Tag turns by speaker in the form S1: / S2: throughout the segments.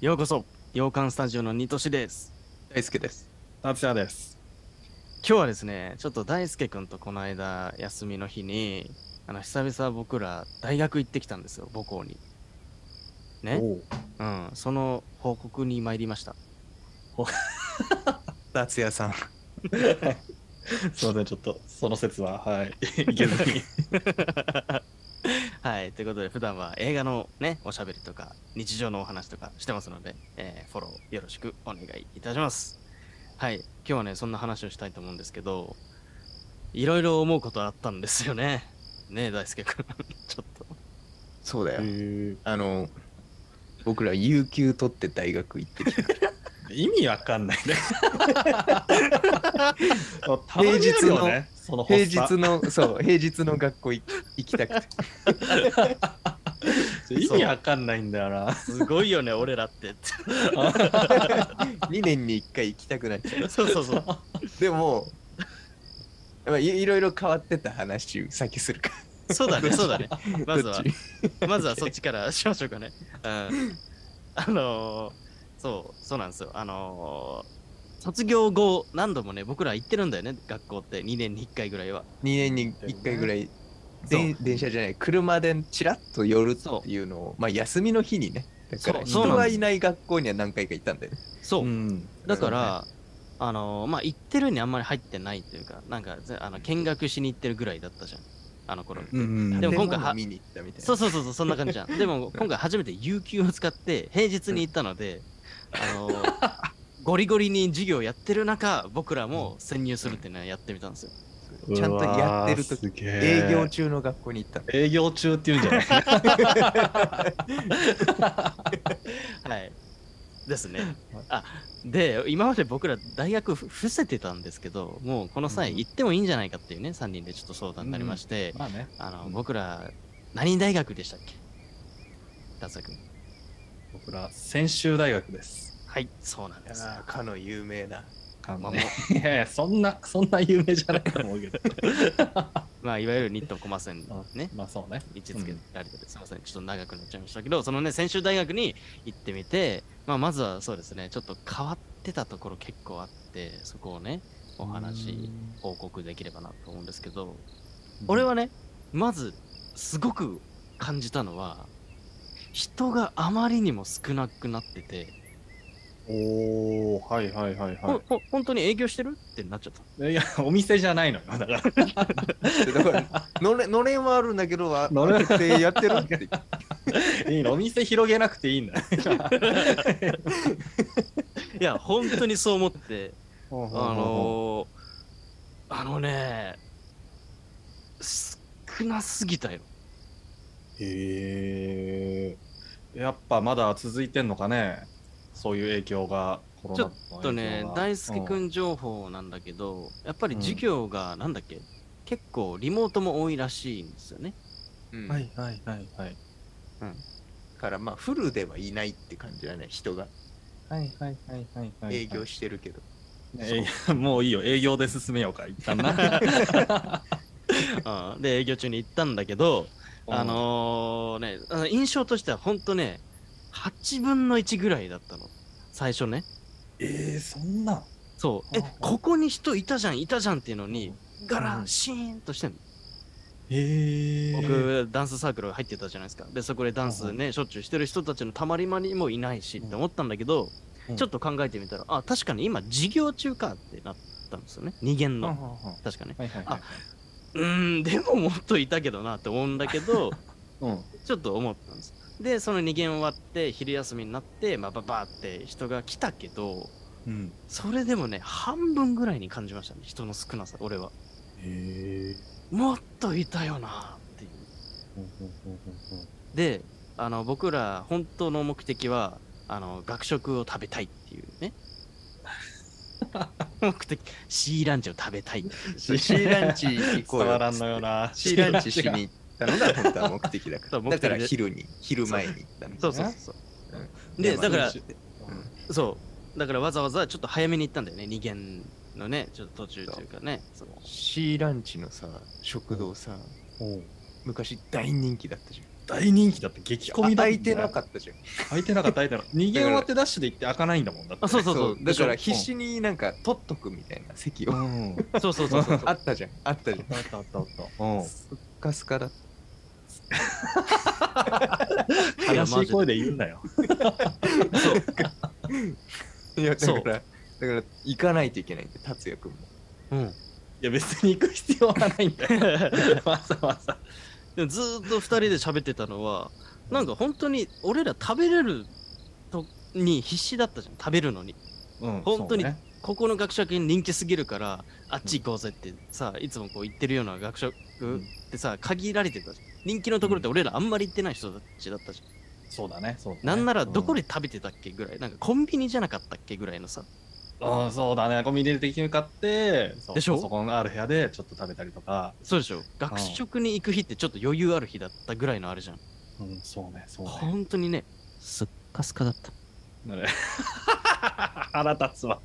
S1: ようこそ洋館スタジオのニトシです
S2: 大輔です。
S3: 達也です。
S1: 今日はですねちょっと大輔くんとこの間休みの日にあの久々僕ら大学行ってきたんですよ母校にね
S3: おう
S1: うんその報告に参りました
S2: 達也さん。
S3: すいません、ちょっとその説は、 はい、いけずに。
S1: はいということで普段は映画のねおしゃべりとか日常のお話とかしてますので、えーフォローよろしくお願いいたしますはい今日はねそんな話をしたいと思うんですけどいろいろ思うことあったんですよねねえ大輔くん ちょっと
S2: そうだよ。
S3: え
S2: あの、僕ら有給取って大学行ってきた。
S3: ー意味わかんない ね。 たま
S2: 平
S3: に
S2: 日の
S3: あるよね、その
S2: 平
S3: 発作
S2: 日の、そう、平日の学校行行きた くて。
S3: 意味わかんないんだよな。
S1: すごいよね俺らってって
S2: 2年に1回行きたくなっちゃう。
S1: そうそうそう
S2: でも、まあ、いいろいろ変わってた話、先するか。
S1: そうだねそうだねまず
S2: ど
S1: は
S2: っち
S1: まずはそっちからしましょうかね。 うん、あのーそう、そうなんですよ。あのー卒業後、何度もね、僕ら行ってるんだよね、学校って、2年に1回ぐらいは。
S2: 2年に1回ぐらい、
S1: そう
S2: 電電車じゃない、車でちらっと寄るっていうのを、まあ、休みの日にね。だから
S1: そう
S2: 人
S1: そうなんです
S2: はいない学校には何回か行ったんだよね。
S1: そう、
S3: ん。
S1: だから、あのーまあ、行ってるにあんまり入ってないというか、なんかぜあの見学しに行ってるぐらいだったじゃん、あの頃って。
S3: うん
S1: でも今回
S2: 建物
S1: は
S2: 見に行ったみたいな。
S1: そうそうそうそう、そんな感じじ ゃん。でも、今回初めて有給を使って、平日に行ったので、あのーゴリゴリに授業やってる中、僕らも潜入するっていうのはやってみたんですよ。
S2: ちゃんとやってる
S3: と
S2: 時
S3: き、
S2: 営業中の学校に行ったの
S3: 営業中っていうんじゃない
S1: はい。ですね。あで、今まで僕ら大学ふ伏せてたんですけど、もうこの際
S2: うん
S1: 行ってもいいんじゃないかっていうね、3人でちょっと相談になりまして、
S3: まあね。
S1: あの
S2: うん
S1: 僕ら、何大学でしたっけ達也君。
S3: 僕ら、専修大学です。
S1: はい、そうなんです。
S2: ああかの有名な。
S3: か
S1: まあ
S3: もいやいや、そんな、 そんな有名じゃないと思うけど。
S1: まあ、いわゆるニットコマ線ね。
S3: まあそうね。
S1: 位置づけられてて、すみません、ちょっと長くなっちゃいましたけど、そのね、専修大学に行ってみて、まあ、まずはそうですね、ちょっと変わってたところ結構あって、そこをね、お話、報告できればなと思うんですけど、俺はねまずすごく感じたのは人があまりにも少なくなってて、
S3: おー、はいはいはい
S1: ほ
S3: は
S1: んほん本当に営業してるってなっちゃった
S3: い。いや、お店じゃないのよ。だから、
S2: だから のれんのれんはあるんだ けど、あ
S3: のれん
S2: あれってやってるって。
S3: いいのお店広げなくていいん だ。
S1: いや本当にそう思って
S3: あ
S1: あのー、あのね少なすぎたよ
S3: へえやっぱまだ続いてんのかねそういう影響がコロナの影響が
S1: あとね大輔くん情報なんだけど、やっぱり授業がなんだっけ結構リモートも多いらしいんですよね
S2: うん
S3: うんはいはいはいはい
S2: だからまあフルではいないって感じだね、人が
S3: はいはいはいはいはい
S2: 営業してるけど。
S3: ね営業もういいよ営業で進めようか一旦な
S1: うんで営業中に行ったんだけど、
S3: うん
S1: あのーねあの印象としては本当ね8分の1ぐらいだったの最初ね
S3: えー、そんな
S1: そうえ
S3: はあはあ
S1: ここに人いたじゃんいたじゃんっていうのにガラ
S3: う
S1: ン
S3: ん
S1: シーンとしてんの
S3: へえ
S1: 僕ダンスサークル入ってたじゃないですかでそこでダンスねしょっちゅうしてる人たちのたまり場にもいないしって思ったんだけど
S3: うん
S1: ちょっと考えてみたらあ確かに今授業中かってなったんですよね2限
S3: はんは
S1: の
S3: んはんは
S1: 確かね
S3: いはいはい
S1: あうーんでももっといたけどなって思うんだけ ど
S3: うん
S1: ちょっと思ったんです。で、その2限終わって、昼休みになって、まあ、ばばって人が来たけど、
S3: うん
S1: それでもね、半分ぐらいに感じましたね、人の少なさ、俺は。
S3: へえ
S1: もっといたよなっていう。で、あの、僕ら、本当の目的は、あの、学食を食べたいっていう ね。目的、シーランチを食べたいっていう。
S2: シーランチ行こう
S3: 伝
S2: よ。
S3: わらんのよな
S2: シーランチしに行ったのが本当は目的だ
S1: そ
S2: か
S1: う目
S2: ら。だ
S1: 的で
S2: から昼に、昼前に行ったの。
S1: そうそうそうそう。で、
S2: まあ
S1: だから
S3: う、ん
S1: そう。だからわざわざちょっと早めに行ったんだよね、2限のね、ちょっと途中というかね。そう
S2: シーランチのさ、食堂さ、
S3: おう
S2: 昔大人気だったじゃん。
S3: 大人気だって激込みだもん
S2: 開
S3: ね
S2: いてなかったじゃん。
S3: 開いてなかった開いてなかった逃げ終わってダッシュで行って開かないんだもんだって
S1: あそうそうそう
S2: だから必死になんか取っとくみたいな席を。
S3: ん
S1: そうそうそうそう
S2: あったじゃん。あったじゃ
S3: あったあったあったうん
S2: ん。すっかすかだっ
S1: いや
S3: 悲し
S1: マジ
S3: い
S1: で
S3: 声で言うんだよ
S2: た。いやだ
S1: そう
S2: からだから行かないといけないんで達也君も。
S1: うん
S3: いや別に行く必要はないんだよ わざわざ
S1: でもずーっと2人で喋ってたのはなんか本当に俺ら食べれるとに必死だったじゃん食べるのに
S3: うん
S1: 本当に
S3: そうね
S1: ここの学食人気すぎるからあっち行こうぜってさいつもこう言ってるような学食ってさ限られてたじゃん人気のところって俺らあんまり行ってない人たちだったじゃん、
S3: そうだねそうだね
S1: なんならどこ
S3: で
S1: で食べてたっけぐらいなんかコンビニじゃなかったっけぐらいのさ
S3: うんそうだねコンビニでできるかってそう
S1: でしょ
S3: そこのある部屋でちょっと食べたりとか
S1: そうでしょ学食に行く日ってちょっと余裕ある日だったぐらいのあれじゃん
S3: うんそうねそうね
S1: 本当にねすっかすかだった
S3: なる 腹立つわ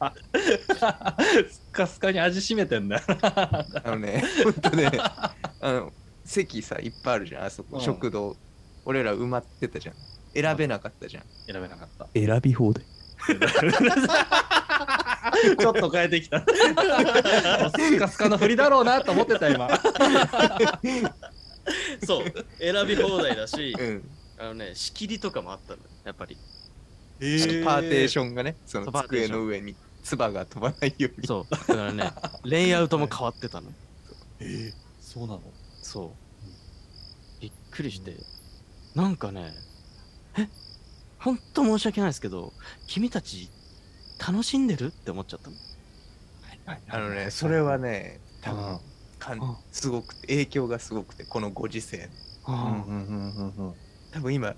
S3: すっかすかに味しめてんだよ
S2: あの ね、ほんとね、あの、席さ、いっぱいあるじゃん、あそこ、
S3: うん
S2: 食堂。俺ら埋まってたじゃん。選べなかったじゃん。
S3: 選べなかった
S2: 選び放題。
S3: ちょっと変えてき た。スカスカの振りだろうなと思ってた今。
S1: そう選び放題だ し
S2: うん。
S1: あのね仕切りとかもあったのやっぱり
S3: パ
S2: あのパーテーシ
S3: ョン。
S2: ョンがね、そ
S1: そ
S2: の
S1: うパーテー
S2: 机
S1: ション
S2: の上に、唾が飛ばないよう に。
S1: そうだからねレイアウトも変わってたの
S3: えーそうなの
S1: そうびっくりしてなんかねえほんと申し訳ないですけど君たち楽しんでるって思っちゃったの
S2: あのね、それはね、
S3: う
S2: 多分
S3: ん。
S2: か
S1: うん
S2: んすごくて、影響がすごくて、このご時世の。
S3: うん
S1: あ
S3: うんうんうんうん
S2: 多分今、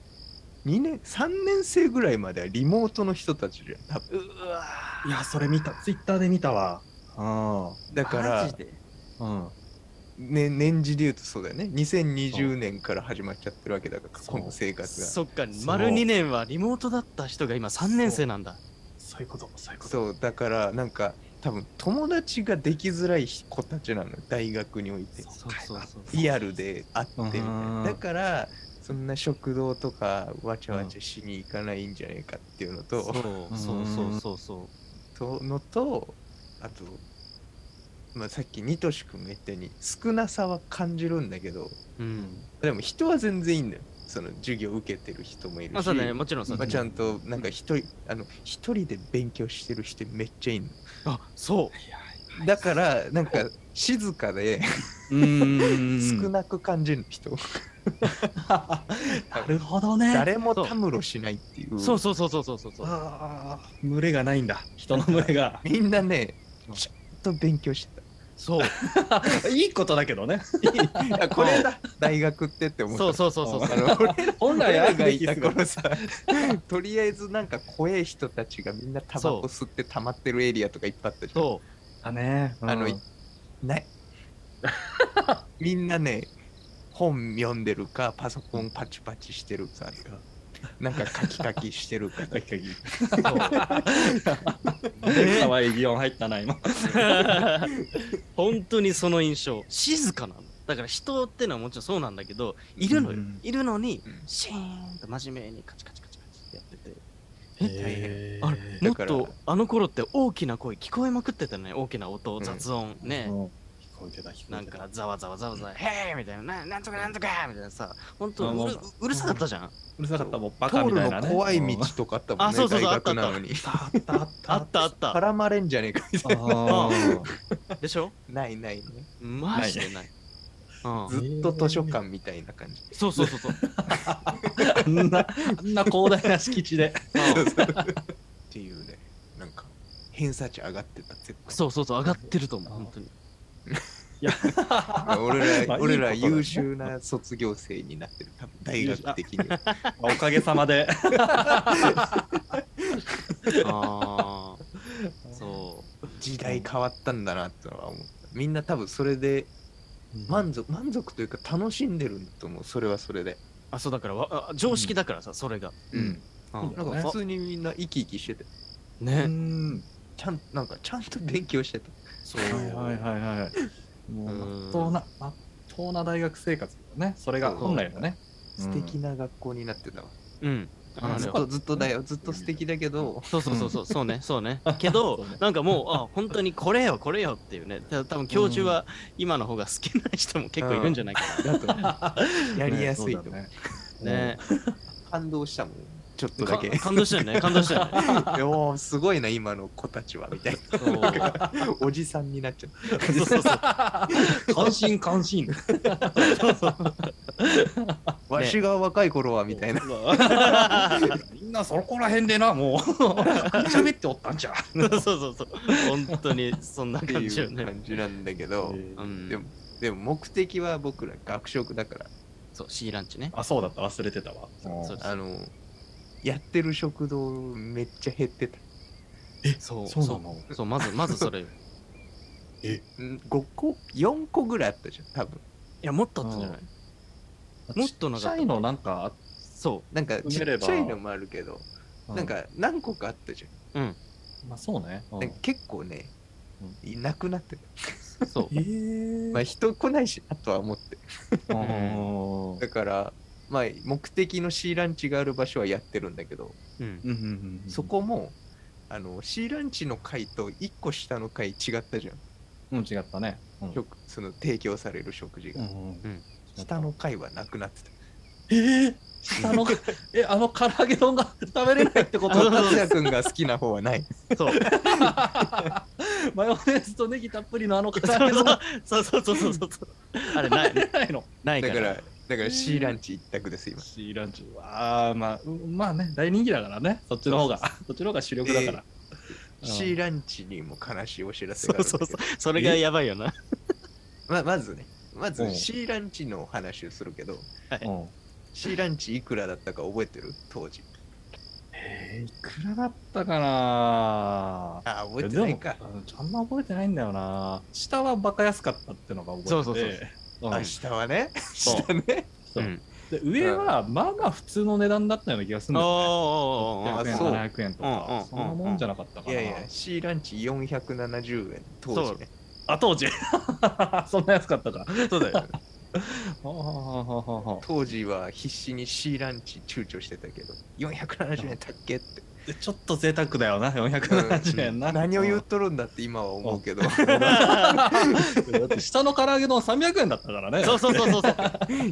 S2: 2年、3年生ぐらいまではリモートの人たちじゃん、多分。
S1: うわ
S3: いや、それ見た。ツイッターで見たわ。う
S2: だから
S1: マジ、で
S3: ん。うん。
S2: ね、年次で言うとそうだよね。2020年から始まっちゃってるわけだから、
S3: そう
S2: この生活が。
S1: そっか
S3: そう
S1: 丸2年はリモートだった人が今3年生なんだ
S3: そういうこと、そういうこと。
S2: そうだからなんか多分友達ができづらい子たちなのよ大学において
S1: そうそうそう
S2: リアルで会ってみたい
S3: う
S2: な
S3: ん
S2: だからそんな食堂とかわちゃわちゃしに行かないんじゃないかっていうの
S1: そ
S2: と、
S1: うそうそうそうそう
S2: とのとあと、まあ、さっきニトシ君が言ったように少なさは感じるんだけど
S1: うん
S2: でも人は全然いいんだよその授業受けてる人もいるし、
S1: まあそうだねもちろんそうだ
S2: まあ
S1: ね
S2: ちゃんとなんか一人あの一人で勉強してる人めっちゃいいの。
S1: あそ
S2: だからなんか静かで
S1: ううーん
S2: 少なく感じる 人、
S3: なるほどね。
S2: 誰もたむろしないっていう
S1: そうそうそうそうそうそうそう
S3: ああ、群れがないんだ。人の群れが。
S2: みんなね
S3: うん
S2: ちゃんと勉強して
S1: そう
S3: いいことだけどね。
S2: たいやこれだ大学ってって思った
S1: そうそうそうそう
S2: あの俺
S3: 本来あ
S2: ら
S3: る
S2: が
S3: べ
S2: い
S3: き
S2: た
S3: 姿
S2: 頃さとりあえずなんか怖い人たちがみんなタバコ吸って溜まってるエリアとかいっぱいあったじゃん
S1: そう
S3: だね。
S2: あの
S3: うん
S2: いない みんなね本読んでるかパソコンパチパチしてるかなんかカキカキしてるか
S3: カキカキ。
S1: そう
S3: 可愛い擬音入ったな、今。
S1: 本当にその印象静かなのだから人ってのはもちろんそうなんだけどいるのよ、
S3: うん
S1: いるのに
S2: うん
S1: シーンと真面目にカチカチカチカチってやってて
S3: え
S1: あれもっ
S2: だから
S1: とあの頃って大きな声聞こえまくってたね大きな音
S2: ん
S1: 雑音ね、
S3: うん聞こえてた、聞こえてた。
S1: なんかざわざわざわざわ「へーみたいなな「なんとかなんとか!」みたいなさ本当
S3: まあ
S1: う
S3: まあ
S1: るうるさかったじゃん
S3: うるさかったもん、バ
S2: 通
S3: カみ
S2: る
S3: たい
S2: の
S3: なね。
S2: 怖い道とかあったもんね、
S1: あそうそうそう
S2: 大
S1: あったあった
S2: 学なのに。
S3: あったあった
S1: あったあった
S2: 絡まれんじゃねえかみたいな。
S3: あー
S1: でしょ
S2: ないないね。
S1: マジでないうん
S2: ずっと図書館みたいな感じ。
S1: そうそうそうそう
S3: あんな、あんな広大な敷地で。
S1: うん
S2: っていうね、なんか偏差値上がってた絶対。
S1: そうそうそう上がってると思う本当に
S3: いや、
S2: 俺
S3: まあ
S2: ら俺ら
S3: いいことだね
S2: 優秀な卒業生になってる、多分大学的には。
S3: おかげさまで。
S1: ああそう
S2: 時代変わったんだなってのは思った。みんな多分それで満足、満足というか楽しんでるんだと思う、それはそれで。
S1: あそうだからわあ常識だからさ、それが、
S2: うん。
S1: うん
S2: なんか普通にみんな生き生きしてて、
S3: う
S1: ね
S3: ん。
S2: ちゃんなんかちゃんと勉強してた。
S1: そう
S3: はいはいはいはい。もう、
S1: うん
S3: まっとうな、まっとうな大学生活だね。それが本来のね。
S2: 素敵な学校になってたわ、
S1: うん。あの
S3: うん
S1: ね
S2: ずっとずっとだよずっと素敵だけど、
S1: そうそうそうそう、そうね、そうね。けど、なんかもう、あ、本当にこれよ、これよっていうね。た多分教授は今の方が好きな人も結構いるんじゃないか
S2: だとやりやすいと
S3: ね
S2: 思う、
S1: な。ね。
S2: 感動したもんちょっとだけ
S1: か感動したよね、感動したよね。
S2: でもすごいな今の子たちはみたい
S1: そう
S2: なおじさんになっちゃっ
S1: そうそうそう。
S3: 関心関心
S2: たわしが若い頃はみたい な、
S3: みんなそこら辺でなもう喋っておったんじゃ
S1: そうそうそう。本当にそんな
S2: って
S1: 感じ
S2: い
S1: よ
S2: う
S1: ね。
S2: 感じなんだけど、
S1: うん
S2: でもでも目的は僕ら学食だから
S1: そう、シーランチね。
S3: あそうだった忘れてたわ
S1: そう
S2: あのやってる食堂めっちゃ減ってた
S1: そう、
S3: そうな
S1: そ
S3: の
S1: う、そうまず、まずそれ。い
S2: ん5個4個ぐらいあったじゃん多分
S1: や、もっとあったんじゃないもっとなか
S3: ちっ
S1: った
S3: ちゃいのなんか
S1: そ
S2: なんかち
S3: 埋めれ
S2: っ
S3: ば
S2: ちゃいのもあるけど
S3: あ
S2: なんか何個かあったじゃん
S3: まあそうねうん
S2: なんか結構ね、いなくなってる。
S1: う、そう。
S3: えー
S2: まあ人来ないしなとは思って。
S3: うん
S2: だから、まあ目的のシーランチがある場所はやってるんだけど、
S1: うん。
S3: うんうんうん
S2: そこも、あの、シーランチの階と1個下の階違ったじゃん。
S3: うん違ったねうん
S2: 食その提供される食事
S3: う
S2: が。
S3: んうん
S2: 下の階はなくなってた。
S3: えーあの えあの唐揚げ丼が 食べれないってこ
S1: あそ
S3: と
S1: うそう
S2: 達也くんが好きな方はない。
S1: そう。
S3: マヨネーズとネギたっぷりのあの唐揚げ丼が
S1: そうそうそうそうそうそう。あれ、な
S3: 食べ
S1: い、
S3: れ ない の
S1: ないか
S2: だからら。、だからシーランチ一択です、今。
S3: シーランチはあーまあうんまあね大人気だからねそっちの方がそっちの方が主力だから、うん
S2: シーランチにも悲しいお知らせ
S1: そ
S2: がある
S1: うん
S2: だ
S1: そう
S2: け
S1: そ
S2: ど
S1: う。それがやばいよ な。
S2: ままずね、ま
S3: う
S2: ず
S3: ん
S2: シーランチの話をするけど、
S3: うん
S2: シーランチいくらだったか覚えてる当時。
S3: えー、いくらだったかな
S2: あ、覚えてないか
S3: で。もうんあんま覚えてないんだよな下はバカ安かったってのが覚えてて
S1: そうそうそう
S3: うん
S2: あ、下はね。
S3: そう
S2: 下ね。
S3: そうで上はまあまあ普通の値段だったような気がするんだよね
S1: おーおーおーおー
S2: あ
S3: 100
S2: そう
S3: 円700円とか、
S1: うんうんうん
S3: そんなもんじゃなかったか
S2: い
S3: な
S2: やいや、シーランチ470円。当時ね。
S3: あ当時 そんな安かったか
S1: そうだよ。
S3: ああ
S2: 当時は必死にシーランチ躊躇してたけど、470円だっけって。
S3: でちょっと贅沢だよな470円な、
S2: 何を言っとるんだって今は思うけ ど、
S3: うん だって下の唐揚げ丼300円だったからね
S1: そうそうそうそうそ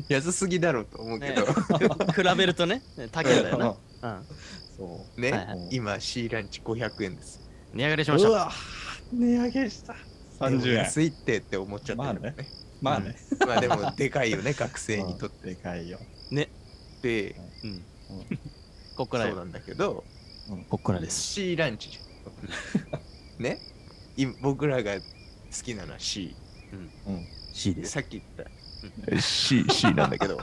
S2: 安すぎだろうと思うけど、
S1: う。比べるとね、高いんだよな。うん。
S3: そ
S2: ね、
S1: はいはい
S2: 今シーランチ500円です。
S1: 値上がりし
S3: う
S1: ました。
S3: わ値上げした30円
S2: 安いってって思っちゃったけどね。
S3: まあね、
S2: まあでも、でかいよね、学生にとっ
S3: でかいよ
S2: て。
S1: うん
S3: う。
S1: こっか
S2: そ
S1: らよ
S2: うな。んだけど、
S1: こっから。
S2: C ランチじゃん。 ねい僕らが好きなのは C。
S1: C
S2: で。さっき言っ
S1: う
S2: た C, C なんだ けど。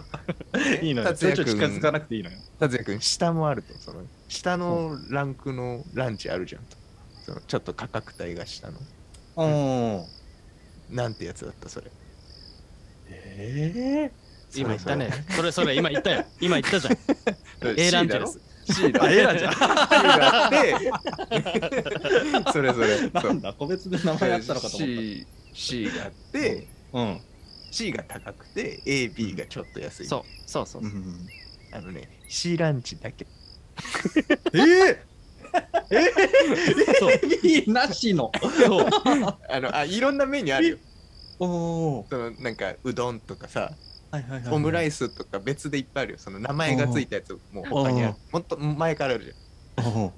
S3: いいのよ
S2: 達
S3: ちょいちょ
S2: 也
S3: い近づか
S2: 君
S3: なくていいのよ
S2: 達也君、下もあると。その下のランクのランチあるじゃんと。そのちょっと価格帯が下の。
S3: うん
S2: なんてやつだったそれ。
S3: ええ
S1: 今言ったね。それそれ今言ったよ。 今言ったじゃん。A ランチです。
S2: C だろ。
S3: あ
S2: C
S3: え
S2: だ
S3: ら
S2: ろ
S3: じゃん
S2: C があ って、それぞれ。そう
S3: なんだ個別で名前あったのかと思っ
S2: C, C があって、
S3: たうん
S2: C が高くて、A、B がちょっと安い。
S1: そうそうそう
S3: う
S1: そうん
S2: あのね、C ランチだけ。
S3: ええ
S1: そう。
S3: いいなしの
S1: そう。
S2: あの、あ、いろんなメニューあるよ。
S3: おお
S2: その、なんか、うどんとかさ、
S3: はいはい
S2: オムラ
S3: イ
S2: イスとか別でいっぱいあるよ。その名前がついたやつ、もう他にある
S3: あ。
S2: もっと前からあるじゃ
S3: スは
S2: ん。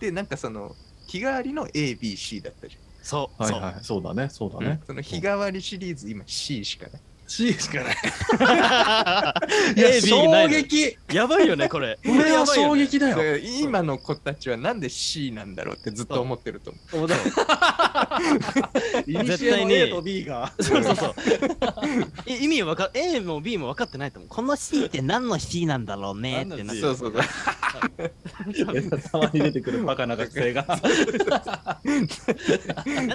S2: で、なんかその、日替わりの A、B、C だったじ
S1: そう。
S3: い
S1: そう
S3: はいそうだねそうだ
S2: ゃん。
S3: ね
S2: その日替わりシリーズ、今 C しかない。
S3: C しかない
S1: A B ない
S3: 衝
S1: のよ。
S3: 撃
S1: やばいよねこれ。
S3: これ
S1: や
S3: は
S1: ばいよ
S3: 衝
S1: ね。
S3: 撃だ
S2: だか
S3: よ
S2: ら今の子たちはなんで C なんだろうってずっと思ってると思
S1: 絶対に
S3: A と B が
S1: そうそうそう。い意味わか A も B も分かってないと思う。この C って何の C なんだろうねって
S3: 何
S1: な
S3: の
S2: う。
S1: って。
S3: C？
S2: そうそう そう。
S3: たまに出てくるバカな学生が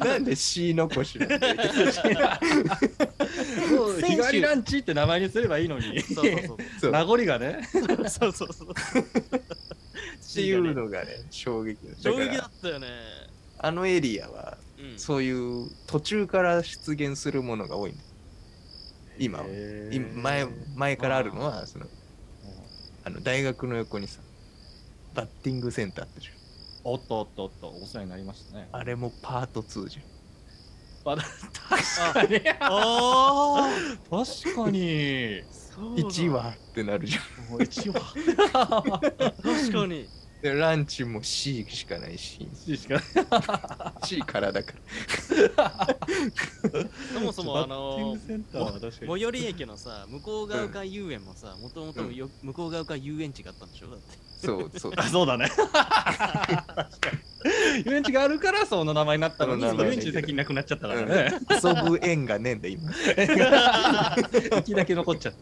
S2: なんで C 残しなんだよ。
S3: もう日替わりランチって名前にすればいいのに
S1: そうそうそう。
S2: そう
S3: 名残がね
S1: そうそうそう。っ
S2: っていうのがね、衝撃だ
S1: 衝撃
S2: だ
S1: だ
S2: から
S1: ったよね。
S2: あのエリアは
S1: うん、
S2: そういう途中から出現するものが多いんだ今は
S3: へー
S2: 今前前からあるのはそのあの大学の横にさバッティングセンターあってじ
S3: おっとおっとおっとお世話になりましたね
S2: ゃんあれもパート2じ
S3: 確かに
S1: おー
S3: 確かに
S2: ゃん1話ってなるじゃん
S3: 1話
S1: 確かに
S2: でランチも C しかないし
S3: しか
S2: C からだから
S1: そもそもあの
S3: バッティングセンターは確かに
S1: 最寄り駅のさ向こう側か遊園もさもともとよ向こう側か遊園地があったんでしょだって
S2: そうそう
S3: あそうだね確か に遊園地があるからその名前になったのに
S2: その名
S3: 遊
S2: 前
S3: 園地先になくなっちゃったからね
S2: 遊ぶ縁がねえんだ今
S3: 行きだけ残っちゃっ
S1: う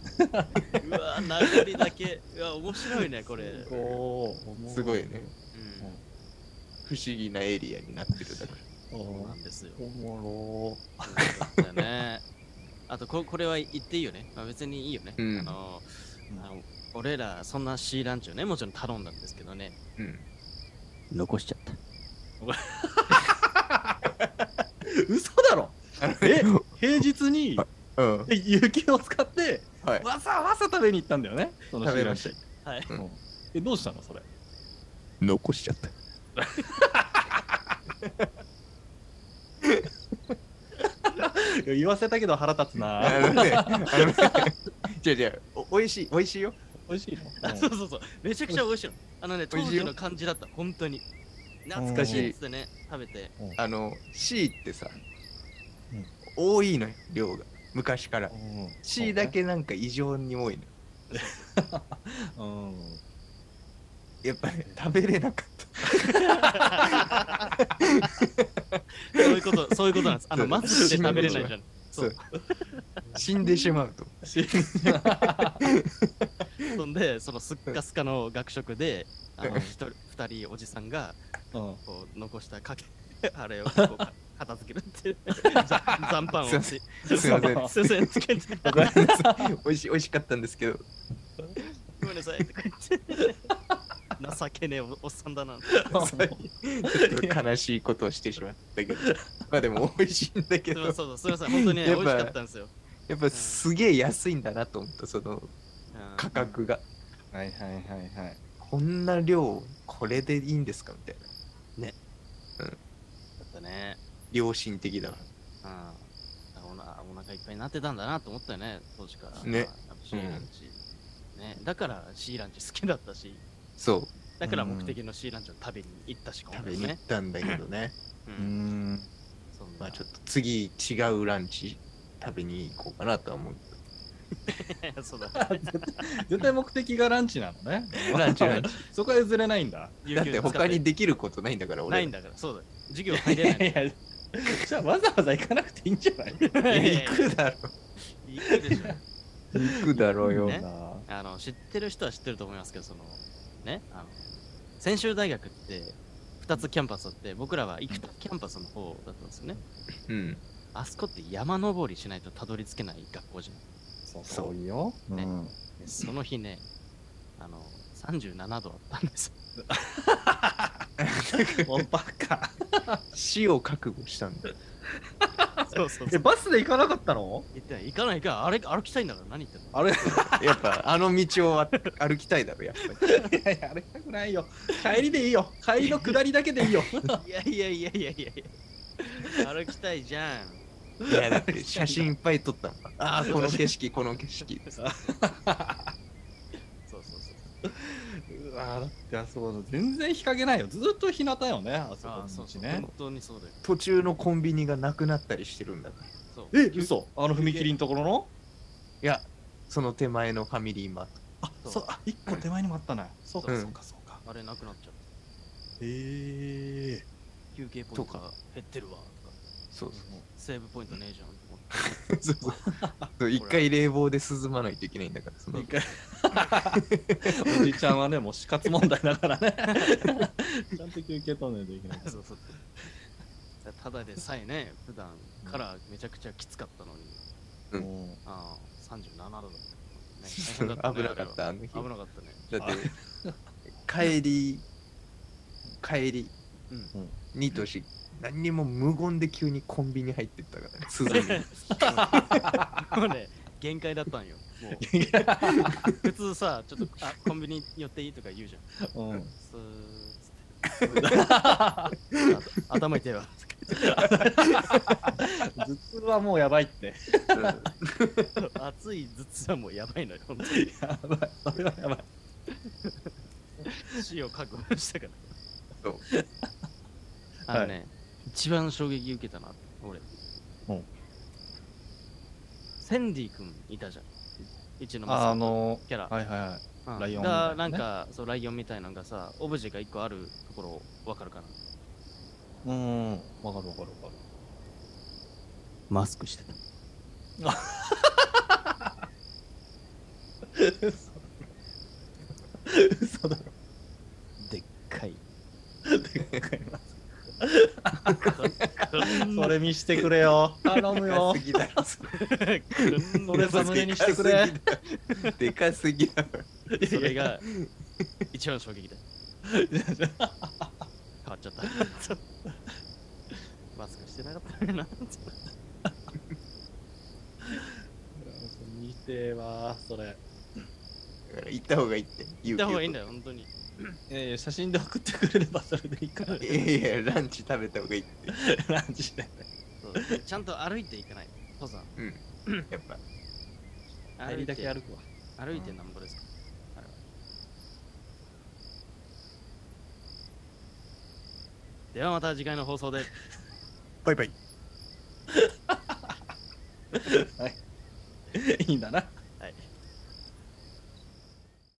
S1: わ名残だけうわ面白いねこれ、うん
S3: た おー
S2: すごいね不思議なエリアになってるだか
S3: お
S1: そう
S3: ー
S1: なんですよ
S3: おも
S1: そうだねあとここれは言っていいよね、まあ、別にいいよね、
S2: うん
S1: あのあの俺らそんな C ランチをねもちろん頼んだんですけどね
S2: らうん
S1: 残しちゃった
S3: ろ嘘だろえ平日に
S2: うん
S3: で雪を使って
S2: はい
S3: わざわざ食べに行ったんだよねその
S2: 食べ
S3: シーラ
S2: ま
S3: ン
S2: し
S3: チ
S1: たはい
S3: うんえどうしたのそれ
S2: 残しちゃった
S3: いや言わせたけど腹立つな
S2: あのね、 あのね、じゃあじゃあ、お美味しい、美味しいよ。
S3: 美味しいの
S1: あ そうそうそうめちゃくちゃ美味しいのあのね当
S2: 美味しい
S1: 時
S2: よ
S1: の感じだった本当に懐かしいっつってね食べて
S2: あの、C ってさ
S3: うん、
S2: 多いのよ、量が。昔から。
S3: うん
S2: C だけなんか異常に多いの。
S3: うん
S2: やっぱね、食べれなかっ
S1: そういうことそういうことなんですあのマスクで食べれないじゃんそう
S2: た。死んでしまうと。
S1: そんでそのすっかすかの学食であの一人二人おじさんが
S3: うん
S1: こう残したかけ あれをこう片付けるっていうざ残飯を
S2: す
S1: す
S2: すいません
S1: すいませんつけて
S2: ごめんなさい美味しい、美味しかったんですけど。
S1: ごめんなさいとか言って情けねえおおっさんだな
S2: ちょっと悲しいことをしてしまったけ ど。まあでも美味しいんだけ
S1: すいません
S2: ど、
S1: そうそうすいません本当にね美
S2: やっ
S1: 味
S2: ぱ
S1: しかったんですよ
S2: やっぱすげえ安いんだなと思った、その
S1: うん
S2: 価格が。
S3: はいはいはいはい
S2: こんな量、これでいいんですかみたいな。
S1: だったね
S2: 良心的だな。
S1: うんおなお腹いっぱいになってたんだなと思ったよね、当時から。
S2: ね
S1: まあ。シーランチ、ね。だからシーランチ好きだったし、
S2: そう。
S1: だから目的のシーランチを食べに行ったし、今
S2: 食べ
S1: 回
S2: に行っ
S1: ね。
S2: たんだけどね、
S1: う。
S3: うんん
S1: そんな
S2: まあちょっと次違うランチ食べに行こうかなとは 思う
S1: そう だ。
S3: 絶対目的がランチなのね
S2: ランチランチ
S3: そこは譲れないんだ
S1: 有
S2: だ
S1: 給
S2: っ
S1: 使
S2: て他にできることないんだから俺
S1: ないんだから、そうだ。授業入れな い
S3: いやいやじゃあわざわざ行かなくていいんじゃない
S1: の。いやいやいや
S2: 行くだろ
S1: 行くでしょ。
S2: 行くだろうよ、
S1: ねあの、知ってる人は知ってると思いますけど、その、ね、あの、専修大学って、2つキャンパスあって、僕らは生田キャンパスの方だったんですよね。
S2: うん、
S1: あそこって山登りしないとたどり着けない学校じゃん。
S3: そうそういいよ、
S1: ね
S3: うん
S1: でその日ね、あの、37度あったん ですよ。
S3: もうバカ
S2: 死を覚悟したんだ
S1: そうそう
S3: え。バスで行かなかったの
S1: 行ってない行かないか、あれ歩きたいんだから何言ってんの
S3: あれい
S2: やっぱあの道を歩きたいだろやっぱ
S3: やいやあれたくないよ帰りでいいよ帰りの下りだけでいいよ
S1: いやいやいやいやいやいや。歩きたいじゃん。
S2: りいやだって写真いっぱい撮ったの ああこの景色この景色
S1: そうそうそう。
S3: うわだってあそこ全然日陰ないよずっと日向よねあそこ
S1: あ
S3: の
S1: あ、そうそ
S3: 道
S1: う。
S3: ね
S1: 本当にそうだよ。
S2: 途中のコンビニがなくなったりしてるんだからい
S1: そう。
S3: え嘘あの踏切のところの
S2: やその手前のファミリーマート
S3: あ
S1: そう
S3: そうあ一個手前にもあったなそうか
S2: うん
S3: そうかそうか
S1: あれなくなっちゃった。
S3: へえ
S1: 休憩ポイントが減ってるわ。とか
S2: そう
S1: セーブポイントねえじゃんと思って。
S2: そうそうそう一回冷房で涼まないといけないんだからその
S3: 一回おじちゃんはねもう死活問題だからね ちゃんと休憩取んないといけない
S1: そうそう。ただでさえね、普段からめちゃくちゃきつかったのに、
S2: うん
S3: も
S1: ああ、37度だった。ね、
S2: 危な
S1: 大変だ
S2: か
S1: ね
S2: ったあの日
S1: あれは危なかったね。
S2: だって帰り帰り
S1: うん。
S2: にとし何 にも無言で急にコンビニ入ってったからね鈴 に
S1: もうね、限界だったんよ。もう
S3: う
S1: 普通さ、ちょっとあコンビニ寄っていいとか言うじゃん。
S3: ん、
S1: スーッつって あ頭痛いわ。
S3: 頭痛はもうやばいって。
S1: 熱い 頭痛はもうやばいの よ。本当
S3: やばい、それはやばい。
S1: に死を覚悟したから。
S2: そう
S1: あのね、一番衝撃受けたな、俺。
S3: うん
S1: センディ君いたじゃん。うちの
S3: あ
S1: 息子
S3: の
S1: キャラ
S3: はいはいはい。
S1: うん
S3: ライオンみたいな
S1: が
S3: ね
S1: なんかそうライオンみたいなのがさオブジェが1個あるところわかるかな
S3: うん、わかるわかるわか
S1: マスクしてた
S3: る。嘘嘘だ
S1: でっかい
S3: ろ。でっかいなそれ見してくれよ。頼むよ
S2: でかす。ぎだろ
S1: こ
S3: 俺サムネにしてくれ。
S2: でかすぎだろ
S1: んそれが一番衝撃だ変わっちゃったマスクしてなかったな
S3: 見てはそれ。
S2: だ から行った方がいいって
S1: 行
S2: 言う
S1: った方がいいんだよ本当に
S3: いやいや写真で送ってくれればそれでいいから。
S2: いやいやランチ食べた方がいいって
S3: ランチで。
S1: そうちゃんと歩いていかない登山
S2: うんやっぱ
S3: 帰りだけ
S1: 歩い
S3: 歩
S1: て
S3: くわ。
S1: 歩いてなんぼですかあれはではまた次回の放送で
S2: バイバイ
S3: いいんだな。